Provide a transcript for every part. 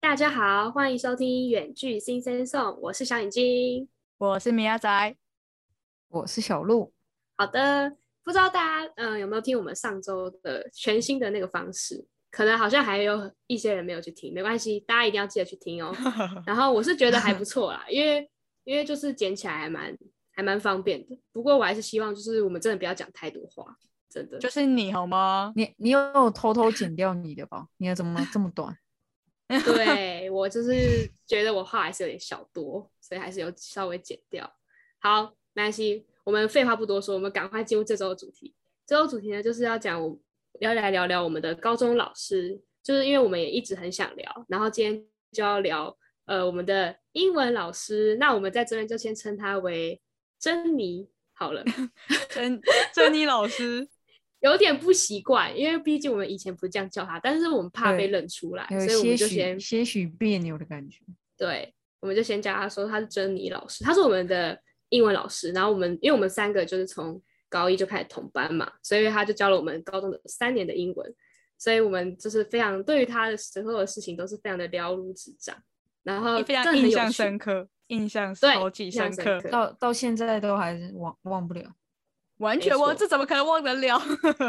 大家好，欢迎收听《远距新生颂》，我是小眼睛。我是米亚 仔，我是小鹿，好的，不知道大家嗯、呃有没有听我们上周的全新的那个方式？可能好像还有一些人没有去听，没关系，大家一定要记得去听哦。然后我是觉得还不错啦，因为因为就是捡起来还蛮还蛮方便的。不过我还是希望就是我们真的不要讲太多话，真的。就是你好吗？你你有偷偷剪掉你的吧？你的怎么这么短？对我就是觉得我话还是有点小多，所以还是有稍微剪掉。好，没关系，我们废话不多说，我们赶快进入这周的主题。这周主题呢，就是要讲我要来聊聊我们的高中老师，就是因为我们也一直很想聊，然后今天就要聊呃我们的英文老师，那我们在这边就先称他为珍妮好 了， 珍珍妮老师，有点不习惯，因为毕竟我们以前不是这样叫他，但是我们怕被认出来，有所以我们些就先许些许别扭的感觉。对，我们就先叫他说他是珍妮老师，他是我们的英文老师。然后我们因为我们三个就是从高一就开始同班嘛，所以他就教了我们高中的三年的英文，所以我们就是非常对于他的所有的事情都是非常的了如指掌，然后非呃真常的很印有象趣深刻，印象对超级印象深深刻刻，到到现在都还是忘忘不了。完没全忘，错这怎么可能忘得 了？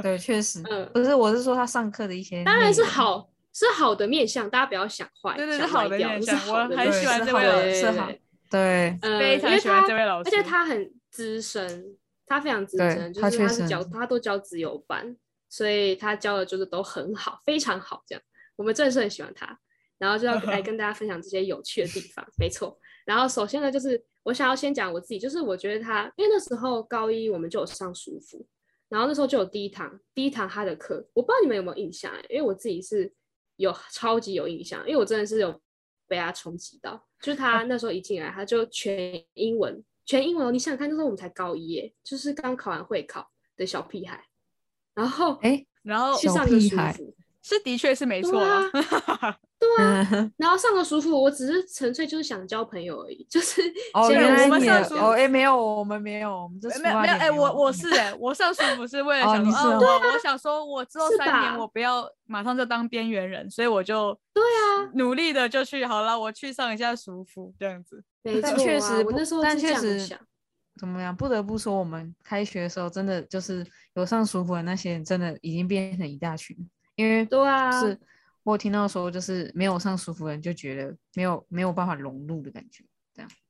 对，确实，嗯不是，我是说他上课的一些，当然是，好。是好的面相，大家不要想坏，对对想是好歪的掉面是相好我的很面喜欢相这位对老对师对好对对，呃，非因常为喜欢他这位老而且师他很资深，他非常资对深，就他是确他实是很教他都教自由班，所以他教的就是都很好，非常好这样。我们真的是很喜欢他，然后就要 来跟大家分享这些有趣的地方，没错。然后首先呢，就是我想要先讲我自己，就是我觉得他，因为那时候高一我们就有上舒服，然后那时候就有第一堂，第一堂他的课，我不知道你们有没有印象、欸，因为我自己是有超级有印象，因为我真的是有被他冲击到，就是他那时候一进来他就全英文，全英文哦，你想想看，那时候我们才高一、欸，就是刚考完会考的小屁孩，然后哎，然后去小上个屁舒孩服，是的确是没对错啊，啊嗯然后上个舒服，我只是纯粹就是想交朋友而已，就是 哦，先原认来识我们你上的书哦，哎，没有，我们没有，我们这呃没有没有，哎，我我是哎，我上书不是为了哦想你说，是啊哦我我想说，我之后是三年吧我不要马上就当边缘人，所以我就对啊，努力的就去好了，我去上一下舒服这样子，没错、啊，但确实我不，那时候但是这确样实想。怎么样？不得不说，我们开学的时候，真的就是有上舒服的那些人，真的已经变成一大群。因为对啊是我有听到说，就是没有上舒服的人就觉得没有没有办法融入的感觉。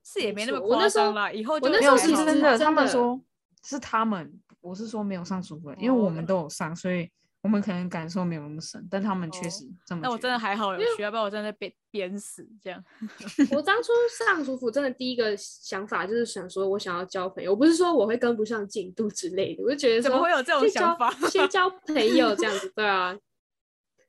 是也没那么没错我那夸时候张啦，以后我就那没时候有是是真真的的，他们真的说是他们，我是说没有上舒服的，因为我们哦都有上，所以我们可能感受没有那么深，但他们哦确实这么觉得。那我真的还好因有为学，要不然我真的被扁死这样。 我当初上主府真的第一个想法就是想说，我想要交朋友，我不是说我会跟不上进度之类的，我就觉得怎么说会有这种先交想法先 交朋友这样子，对啊。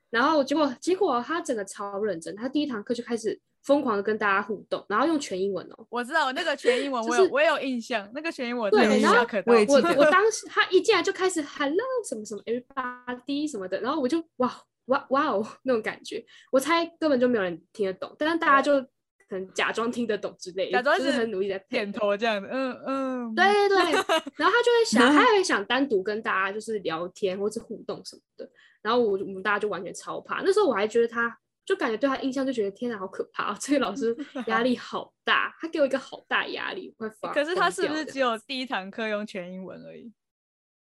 然后结果结果他整个超认真，他第一堂课就开始疯狂的跟大家互动，然后用全英文哦。我知道那个全英文，就我有是我有印象，那个全英文我对真的然后下课到我也我记得我当时他一进来就开始 hello 什么什么 everybody 什么的，然后我就哇哇哇哦那种感觉，我猜根本就没有人听得懂，但是大家就可能假装听得懂之类的，哦假装就是是很努力在配点合头这样子，嗯嗯，对对， 然后他就会想，他会想单独跟大家就是聊天或是互动什么的。然后我我们大家就完全超怕，那时候我还觉得他就感觉对他印象就觉得天哪，好可怕、哦！ 这个老 师压力好大，他给我一个好大压力，我会发。可是他疯是不掉是的只有第一堂课用全英文而已？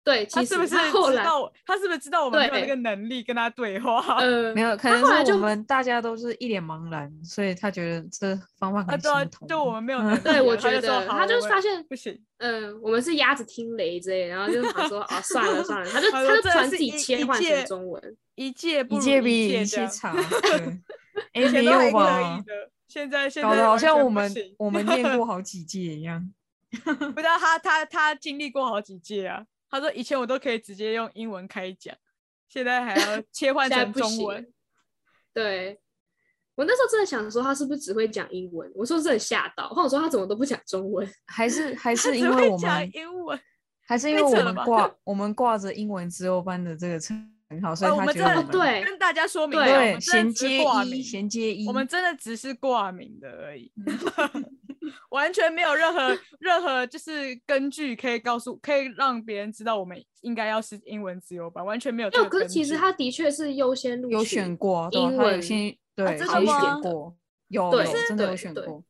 对？其他实是不是他后知来道我？他是不是知道我们没有那对个能力跟他对话？呃没有，可能后来是就我们大家都是一脸茫然，所以他觉得这方法啊，很对行啊不通。，就我们没有嗯能力啊。对，我他觉就说得好他就我是们发现，不行，嗯、我们是鸭子听雷之类的，然后就想说，哦，算 了算了，他就他他说就这突然是自己一切一换届成中文，一届不一如届比一一这届样，差。 对哎，以前没啊都还可有以吧？的，现在现在搞得好完像全我不们行我们 念过好几届一样。不知道他他他经历过好几届啊。他说以前我都可以直接用英文开讲，现在还要切换现在成不中行了文。。对，我那时候真的想说他是不是只会讲英文，我说真的吓到，或者说他怎么都不讲中 文。还是 还他是只因为会我讲们英文，还是因太为我扯了们吧 挂我们挂着英文自由班的这个称号，所以呃我他们觉真得的我不们对跟大家说明一下，我对们真衔的只接是挂一名，衔接一，嗯我们真的只是挂名的而已， 完全没有任何任何就是根据可以告诉，可以让别人知道我们应该要是英文自由班，完全没有这没有，个可根据。是其实他的确是优先录有取选过，对吧英他有文先对，啊真的有吗选过，有对有是真的有对选对过，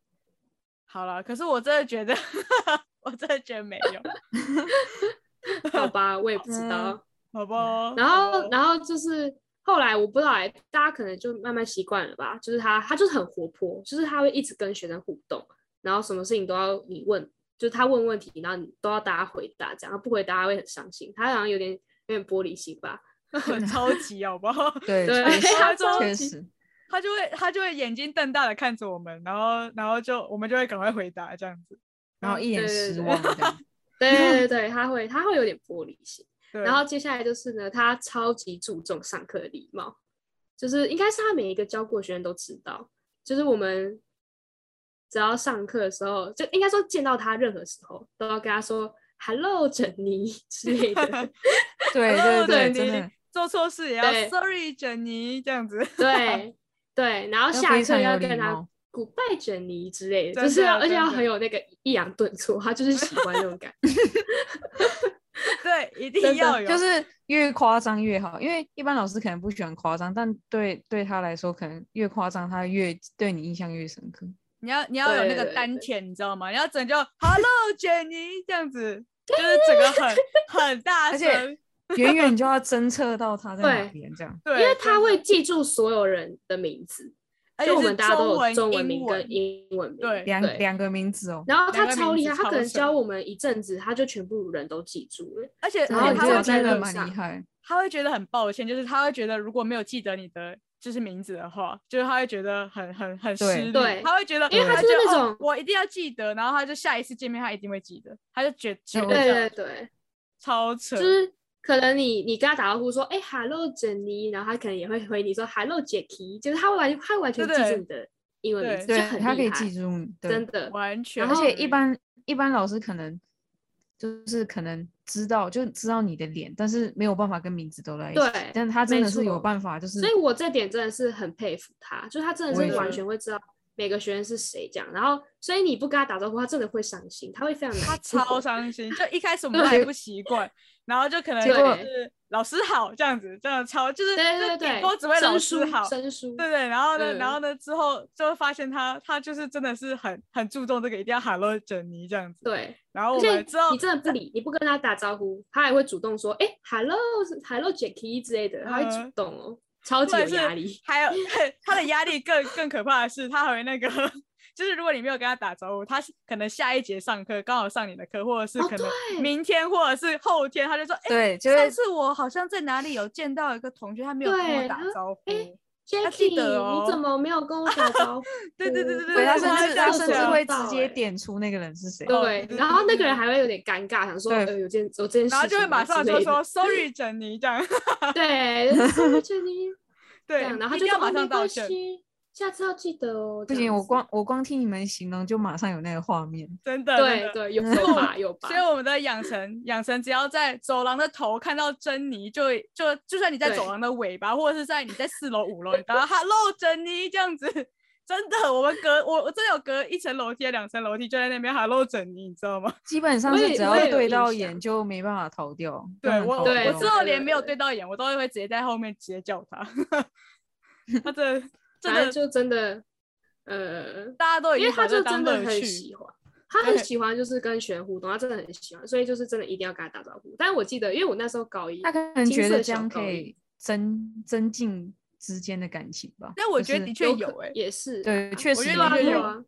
好了，可是我真的觉得， 我真的觉得没有，好吧，我也不知道。 嗯好不好？然后，哦好然后就是后来我不知道、欸，大家可能就慢慢习惯了吧。就是他，他就是很活泼，就是他会一直跟学生互动，然后什么事情都要你问，就是他问问题，然后你都要大家回答，这样他不回答他会很伤心。他好像有点有点玻璃心吧。 超级好不好？对对确实 他超确级实，他就会他就会眼睛瞪大的看着我们，然后然后就我们就会赶快回答这样子。然后一脸对对失对望这 样，对对对对，他会他会有点玻璃心。对，然后接下来就是呢，他超级注重上课的礼貌，就是应该是他每一个教过的学生都知道，就是我们只要上课的时候，就应该说见到他任何时候都要跟他说 “hello，珍妮” 之类 的。对 Hello，对对，珍真妮的做错事也要对 sorry，珍妮这样子。 对对，然后要下非课常要有礼跟他貌 “goodbye，珍妮”之类的，真就是的要而且真要的很有那个抑扬顿挫，他就是喜欢那种 感觉。对，一真定的要有，就是越夸张越好，因为一般老师可能不喜欢夸张，但对对他来说，可能越夸张，他越对你印象越深刻。你要你要有那对个对丹对田，你知道吗？你要拯救 Hello Jenny 这样子，就是整个 很很大而且声，远远就要侦测到他在哪对边，这样。对，因为真他的会，记住所有人的名字，而就且我是们大家都有中中文文、名英跟文，英文名，对两对两个名字哦，然后两他个超名厉字害，他超可能神教我们一阵子，他就全部人都记住了。而且然而后且哦你他就会有觉在真的路得蛮上厉害。他会觉得很抱歉，就是他会觉得如果没有记得你的。就是名字的话，就是他会觉得很很很失对礼对，他会觉得，因为他就是就那哦种我一定要记得，然后他就下一次见面他一定会记得，他就觉觉得对这对样对对，超扯，就是可能你你跟他打招呼说，哎，hello 珍妮，然后他可能也会回你说 hello Jacky，就是他会完他会完全对记对住你的英文名字，对对就，很他可厉以害，记住你，对真的。完全然可而以，后且一般一般老师可能就是可能知道就知道你的脸，但是没有办法跟名字都在一起。对但他真没的是有错办法，就是所以我这点真的是很佩服他，就是他真我的也是觉完得全会知道每个学生是谁这样。然后，所以你不跟他打招呼，他真的会伤心，他会非常他难过。超伤心，就一开始我们都对还不习惯，然后就可能结就果是老师好这样子，这样超就是对就对顶对，多只会生老师疏好，对生疏。对，然后呢，然嗯后呢之后就会发现他他就是真的是很很注重这个，一定要 hello 珍妮这样子，对，然后而哦我且们之后你真的不理，你不跟他打招呼，他还会主动说，哎、h e l l o hello Jackie 之类的，他会主嗯动哦，超级或有者是压力。还有 他的压力更更可怕的是，他还会那个，就是如果你没有跟他打招呼，他是可能下一节上课刚好上你的课，或者是哦可对能明天或者是后天，他就说，哎、对，就上会次我好像在哪里有见到一个同学，他没有跟我对哎打他招呼。诶他记 Jackie，、得哦你怎么没有跟我打招呼？对对对 对对他我甚还至在他厕甚至所会到直接欸点出那个人是谁。哦对，对然后那对个人还会有点尴尬，想说，对呃，有件有这件事情然吗，后就会马上之就类的说 “sorry，珍妮”这样， 对，就是 Sorry, Jenny，这对，样，然后他一就定说要马哦没上道关歉，系，下次要记得哦。不这行，样我子光我光听你们形容就马上有那个画面。真的，真对的。对有有吧有吧呃 所以，我们的养成，养成只要在走廊的头看到珍妮，就会就就算你在对走廊的尾巴，或者是在你在四楼、五楼，你打到 “hello，珍妮”这样子，真的，我们隔我我真的有隔一层楼梯、两层楼梯，就在那边 “hello，珍妮”，你知道吗？基本上我是也只我要也有对印到象眼就没办法逃掉。对很我 好对我用之后连没有对对到眼，我都会直接在后面直接叫 他。他真的真反正的，就真的，呃，大家都已因为经把他这就当真的乐很趣。喜欢，他很对喜欢就是跟学生互动，他真的很喜欢，所以就是真的一定要跟他打招呼。但是我记得，因为我那时候高一，他可能青觉涩得这小样高可一以增增进之间的感情吧。但我就觉得是的确有哎哎、，也是对啊确我实觉对得啊的确对有啊。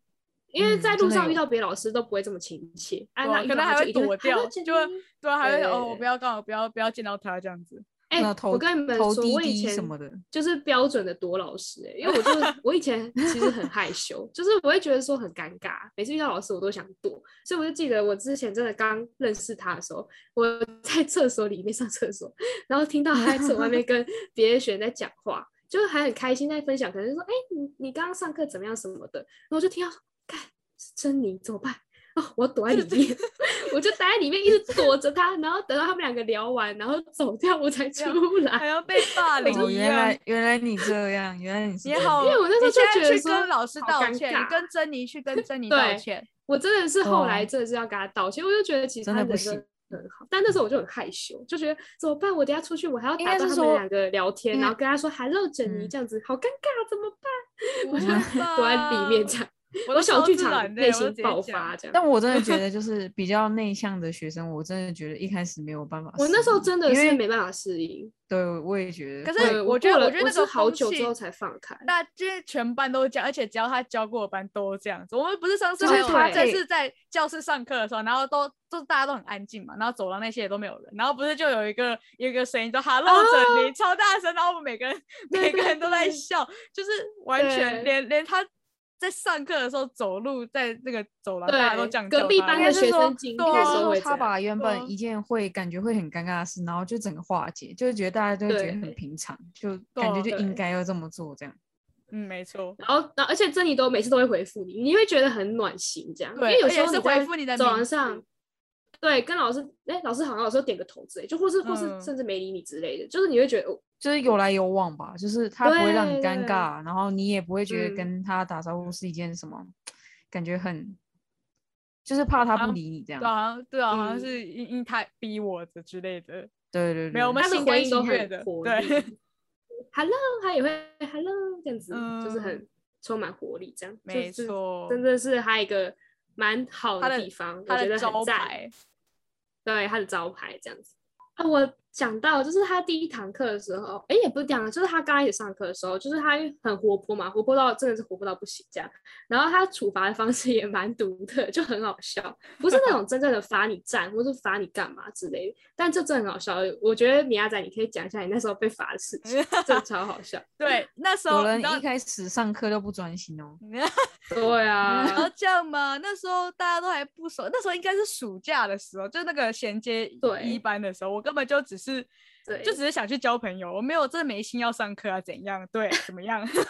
因为嗯在路真的上有遇到别的老师都不会这么亲切，哎，对啊那遇可到能还他就会一定躲掉， Hello，就会 Jenny 对啊，还会想哦，对我不要干嘛，不要不要见到他这 样子。哎、那投我跟你们投说，滴我以滴前什么的就是标准的躲老师、欸，因为我 就是我以前其实很害羞，就是我会觉得说很尴尬，每次遇到老师我都想躲，所以我就记得我之前真的刚认识他的时候，我在厕所里面上厕所，然后听到他在厕所外面跟别的学生在讲话，就是还很开心在分享，可能就说哎、你你刚刚上课怎么样什么的，然后我就听到说，看是珍妮怎么办？哦，我躲在里面，我就待在里面一直躲着他，然后等到他们两个聊完，然后走掉，我才这样出还来。要被霸凌哦，一原样 来。原来你这样，原来你是你这好， 样为我那时你候就现在觉得去说跟老师好道尴歉，你尬跟珍妮去跟珍妮道对歉， 我真的是后来哦哇真的是要跟他道歉，我就觉得其实真他的不人行真的很好，但那时候我就很害羞，就觉得怎么办？我等一下出去我还要应打该断是他们说两个聊天，因然嗯为后跟他说 “hello，珍妮”嗯这样子，好尴尬，怎么办？不会吧躲在里面这样。啊我我都小超剧自场然的内我都心直接爆讲发这样。但我真的觉得，就是比较内向的学生，我真的觉得一开始没有办法适应。我那时候真的因是为没办法适应，对，我也觉得。可是对我我觉得，过我了觉得我那是个好风久之气后才放开大就是全班都这样，而且只要他教过的班都这样子。我们不是上次就是还有他这可以次在教室上课的时候，然后都都大家都很安静嘛，然后走廊那些也都没有人，然后不是就有一个有一个声音哦说 “hello 整理”超大声，然后我们每个 人对每个对人都在对笑，就是完对全连连他。在上课的时候走路，在那个走廊，对大家都这样隔叫壁他班应的该但是是啊学说生经历应该是都说会这他样把原对啊本一件会感觉会很尴尬的事，然后就整个化解，就是觉得大家都会觉得对很平常，就感觉对就应对该要这么做这样。嗯，没错，然后，然后而且珍妮都每次都会回复你，你会觉得很暖心这样。因对为有而时且候是你在回复你的走廊名字上，对，跟老师，哎，老师好像有时候点个头之类，就或是或是嗯甚至没理你之类的，就是你会觉得哦，就是有来有往吧，就是他不会让你对尴对尬，然后你也不会觉嗯得跟他打招呼是一件什么，感觉很，就是怕他啊像不理你这样对，。好像对啊，好像嗯是因因他逼我的之类的，对对对，没有我们嗯他的心甘回应都情愿的很活对力。Hello，他也会 Hello 这样子，就是嗯很充满活力这样。就没是错，真的是还有一个蛮好他的地方， 他我觉的得招很赞。牌，对他的招牌这样子。啊，我讲到就是他第一堂课的时候，哎，也不是讲，就是他刚开始上课的时候，就是他很活泼嘛，活泼到真的是活泼到不行这样。然后他处罚的方式也蛮独特，就很好笑，不是那种真正的罚你站或是罚你干嘛之类的，但这真的很好笑。我觉得米亚仔，你可以讲一下你那时候被罚的事 情，真的超好笑。对，那时候有人你知道一开始上课都不专 心哦， 对然后啊，这样嘛，那时候大家都还不熟，那时候应该是暑假的时候，就那个衔接对一班的时候，我根本就只是对，就只是想去交朋友，我没有真的没心要上课啊，怎样？对，怎么样？ 至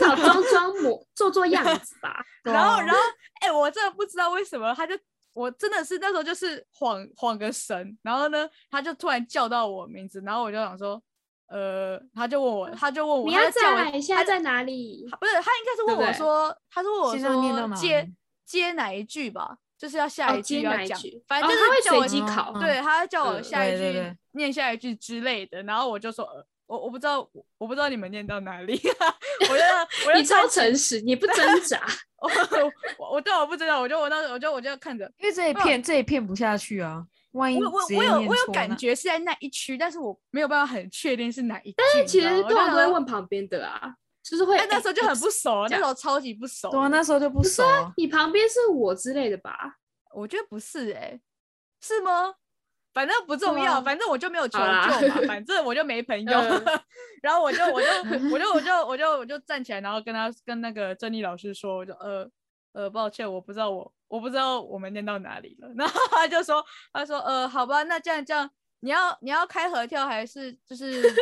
少装装模做做样子吧。对然后，啊然后，哎、我真的不知道为什么，他就我真的是那时候就是晃晃个神，然后呢，他就突然叫到我名字，然后我就想说，呃，他就问我，他就问我，米他亚就叫我，仔现在在哪里？不是他应该是对问不我对说，他是问我现在念到说哪接里接哪一句吧，就是要下哦一句接要哪一讲，句反正哦就他是会叫我随嗯机念考对，他要叫我嗯下一对对句对念下一句之类的，然后我就说，呃、我我不知道，我不知道你们念到哪里，我就我就你超站起诚实，你不挣扎。我我我对我不知道，我就我当时我就我就看着，因为这一我有片这一片不下去啊，万一我我直接我有念我有错感那觉是在那一区，但是我没有办法很确定是哪一区。但其实通常都会，问旁边的啊，就是会。但那欸时候就很不 熟，那讲时候超级不熟。对啊，那时候就不熟啊，你旁边是我之类的吧？我觉得不是哎、是吗？反正不重对要，啊反正我就没有求救好啦 嘛，反正我就没朋友。嗯 然后我就 我就我就我就我就我就站起来，然后跟他跟那个珍妮老师说，我就呃呃抱歉，我不知道我我不知道我们念到哪里了。 然后他就说他说呃好吧，那这样这样，你要你要开合跳还是就是举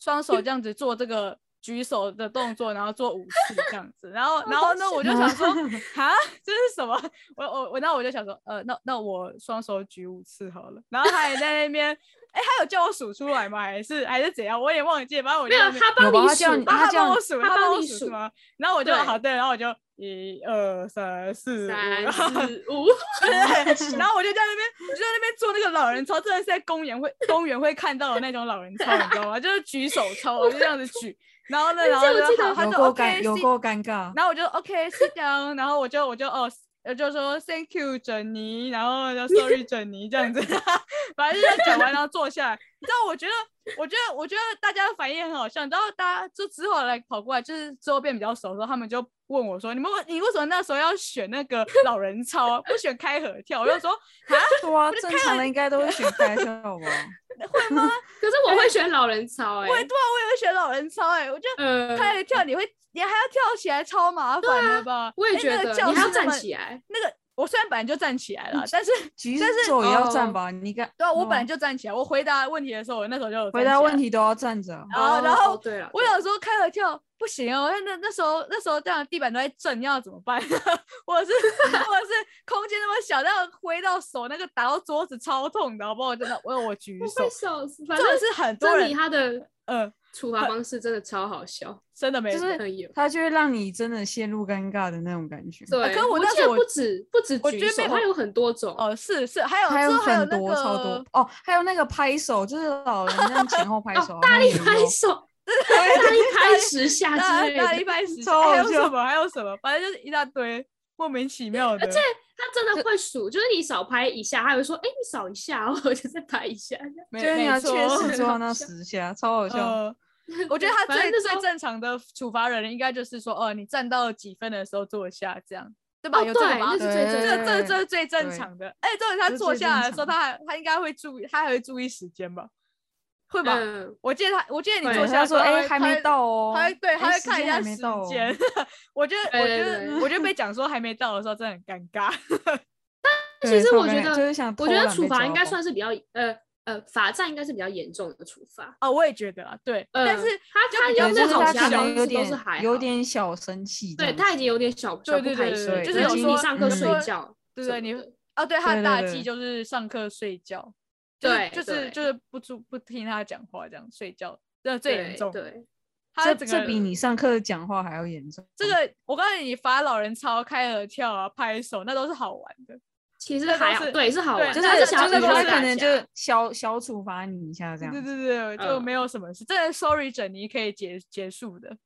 双手这样子做这个。举手的动作，然后做五次这样子，然哦后，然后呢，我就想说，啊，这是什么？我我我，那我就想说，呃，那那我双手举五次好了。然后他也在那边，哎、他有叫我数出来吗？还是还是怎样？我也忘记，反正我没就有，在那边他帮有吧你他叫数你吧，啊他这样帮我数，他他帮我你数数是吗？然后我就对好对，然后我就一二三四五，三四五， 对，然后我就在那边，我就在那边做那个老人操，真的是在公园会公园会看到的那种老人操，你知道吗？就是举手操，我就这样子举，然后呢，然后而且我记就得好，他有就够 OK，尴有 sit 够 尴尬。然后我就 OK sit down，然后我就我就哦，我就说 Thank you 珍妮，然后就 Sorry 珍妮这样子， 反正就讲完然后坐下来。你知道我觉得，我觉得，我觉得大家的反应很好笑。你知道大家就之后来跑过来，就是之后变比较熟的时候，他们就问我说：“你们为你为什么那时候要选那个老人操啊，不选开合跳？”我就说对啊，就正看常的应该都会选开跳 吧。可是我会选老人操：“哎我，也对啊，我也会选老人操哎、我觉呃得，开合跳你会，你还要跳起来，超麻烦的吧？啊我也哎觉那得个教你还要室站们起嗯来，那个我虽然本来就站起来了，但是举但是手也要哦站吧，你该对啊，我本来就就站起来，我回答问题的时候，我那时候就有嗯回站答起问来。题都要站着啊。然后然哦后哦对了，我有时候开合跳不行哦，那那那时候那时候这样地板都在震，要怎么办？ 我是我是空间那么小，那样挥到手那个打到桌子超痛的，好不好？我真的我有我举我手会，笑死，反真的正是很多珍人妮，她的嗯，处罚方式真的超好笑，真的没就是错很有。它就会让你真的陷入尴尬的那种感觉。对，可是我我那记时得候我不止不止我觉举得手，没有它有很多种，哦，是是，还有还之有后还有很那多、超多个哦，还有那个拍手，就是老人这样前后拍手，哦，大力然后拍有手，大力拍十下大之类大力的，拍十下，超好还有什笑么？还有什么？反正就是一大堆莫名其妙的。而且他真的会数，就是你少拍一下，他会说：“哎、你少一下哦，我就再拍一下。”没就是你没要错确实抓很那好笑十下，超好笑。呃， 我觉得他反正最那时最候正常的处罚人应该就是说，哦，你站到几分的时候坐下，这样对吧？哦有这个对那吗？是最这正这常这对这是最正常的。哎，重点是他这是坐最下来正的时候，常他还他应该会注意，他还会注意时间吧？会吧？嗯，我记得他，我记得你会坐他下的时说候，哎、啊他还会没，到哦，他会对，他哎会时看一间还下没时到哦间。 我觉得，对我对觉得，对 我觉得被讲说还没到的时候，真的很尴尬。 其对实超我尴觉尬得就是想我偷觉得懒处被罚抓应该包算是比较呃呃罚站应该是比较严重的处罚。哦，我也觉得啊，对，嗯呃、但是他就他比用较对，就那是种他其他可小方能式有都是还点有好点小生气这对样子，他已经有点小小对不对开对心对了，就是可有能说你上课嗯睡觉对什么的，对，你哦，对，他的对对大对忌就是上课睡觉，就是对就是对就是不注不听他讲话，这样睡觉，这最严对重。对，他这整这个比你上课讲话还要严重。这个，我告诉你，罚老人操、开合跳啊、拍手，那都是好玩的。其实那都还好，是对是好对玩，就但他是是想要就这是个引他发是可大能家就小小处罚你一下这样对，对对，就嗯没有什么事。真的，sorry，整尼可以结结束的，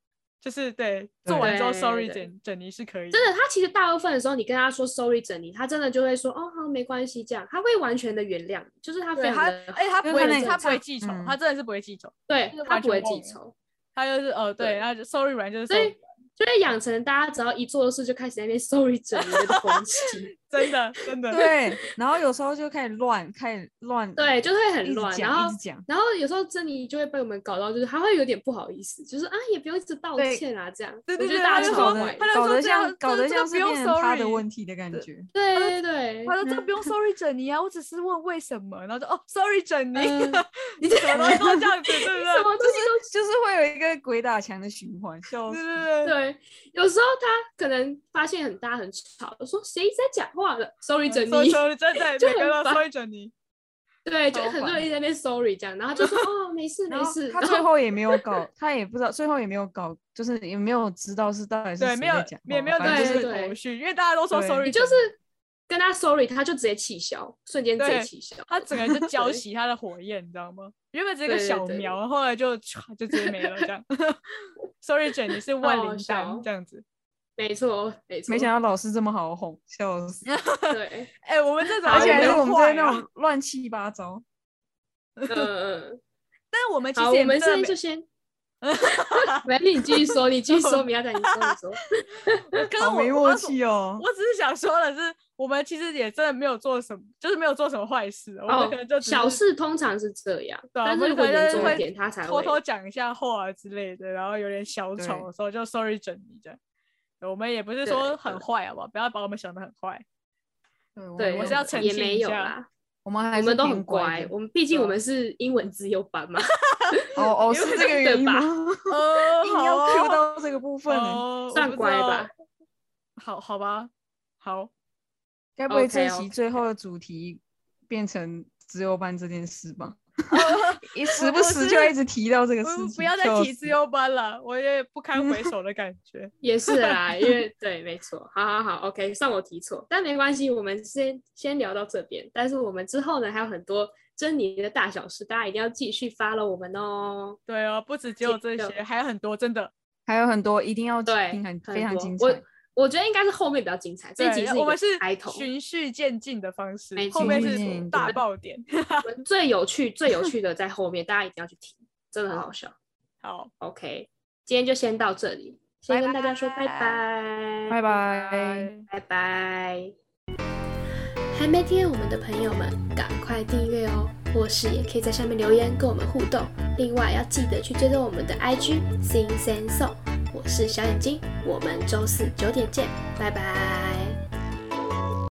就是对，做完之后对，sorry，对整整尼是可以。真的，他其实大部分的时候，你跟他说 sorry 整理，他真的就会说哦好没关系这样，他会完全的原谅你，就是他非对常他的，而且他因为不会他那他不会个记仇，嗯他真的是不会记仇，对就是他完不全会忘记了仇，他就是哦对，对然后就 sorry 完就是所 sorry 以就会养成大家只要一做事就开始在那边 sorry 整理的风 气，真 的真的。对，然后有时候就开始乱，开始乱，对，就会一很直乱，然讲，一后直。讲，然后有时候珍妮就会被我们搞到，就是她会有点不好意思，就是啊，也不用一直道对歉啊，这样。对对我觉对得大他家就超说搞坏他得的就搞说得这样像搞这这得个像不是用变成他的 sorry 问题的感对觉。对对对，他说这不用 sorry 整尼啊，我只是问为什么，然后就哦 sorry 整尼，嗯你怎么能够这样子，对什不 对？么东西都就是会有一个鬼打墙的循环，笑对死。对对对，有时候他可能发现很大很吵，说谁在讲话了？Sorry，珍说妮。嗯 sorry，真的就每个很人都烦 sorry 整尼，对，就超很多烦人一直在那边 sorry 这样，然后 就说哦没事没然后事，他然最后后也没有搞，他也不知道，最后也没有搞，就是也没有知道是到底是对，谁没有在讲话，也没有反得正就出是对对头绪，因为大家都说对 sorry，你就是整尼跟他 sorry，他就直接气消，瞬间直接对气消。他整个人就浇对熄他的火焰，你知道吗？原本只是一个对对小对苗，后来就唰就直接没了，这样。sorry 整尼是万好好灵丹笑这样子。没错没错，没想到老师这么好哄，笑死。到对，哎，我们这种好而且我还们是很我们坏在啊那种 乱七八糟，嗯嗯，但是我 们其好，实也我们真现在的没就先， 没事，你继续说，你继续说，米亚仔你说你说，可是好我没我默要说契哦。我只是想说的是，我们其实也真的没有做什么，就是没有做什么坏事 啊，我们可能就哦，只小是事通常是这样，对啊但我是们如果可能严重会一点，他才偷会偷讲一下话之类的，然后有点小吵对的时候就 sorry 整你这样。对我们也不是对说很对坏，好不好？不要把我们想的很 坏。对，我对们我是要澄也清没一有下啦，我们还我是们都偏很乖乖的，。 我们毕竟对我啊们是英文自由班嘛，哦哦，因是为这个原因吗对？ 哦，硬要好 Q 到这个部分呢，哦 我算不知乖道吧。好好吧，好，该不会这 OK，OK 期最后的主题变成自由班这件事吧？一时我不时是就一直提到这个嗯不事情，不要再笑提死自由班了，我也 不堪回首的感觉。也是啦，因为对，没错，好好好，OK，算我提错，但没关系，我们先先聊到这边，但是我们之后呢还有很多珍妮的大小事，大家一定要继续 follow 我们哦。对哦，不止只有这记得些，还有很多，真的。还有很多一定要对听，很很非常多精我彩。我觉得应该是后面比较精彩，这一集对是一我们个是开头，循序渐进的方式没，后错面没是错大对爆点。我们最有趣、最有趣的在后面，大家一定要去听，真的很好笑。好， OK，今天就先到这里，先拜跟大家说拜拜拜，拜拜。拜。拜拜。还没订阅我们的朋友们，赶快订阅哦！或是也可以在下面留言跟我们互动。另外要记得去追踪我们的 IG Sing Sing Song。我是小眼睛，我们周四九点见，拜拜。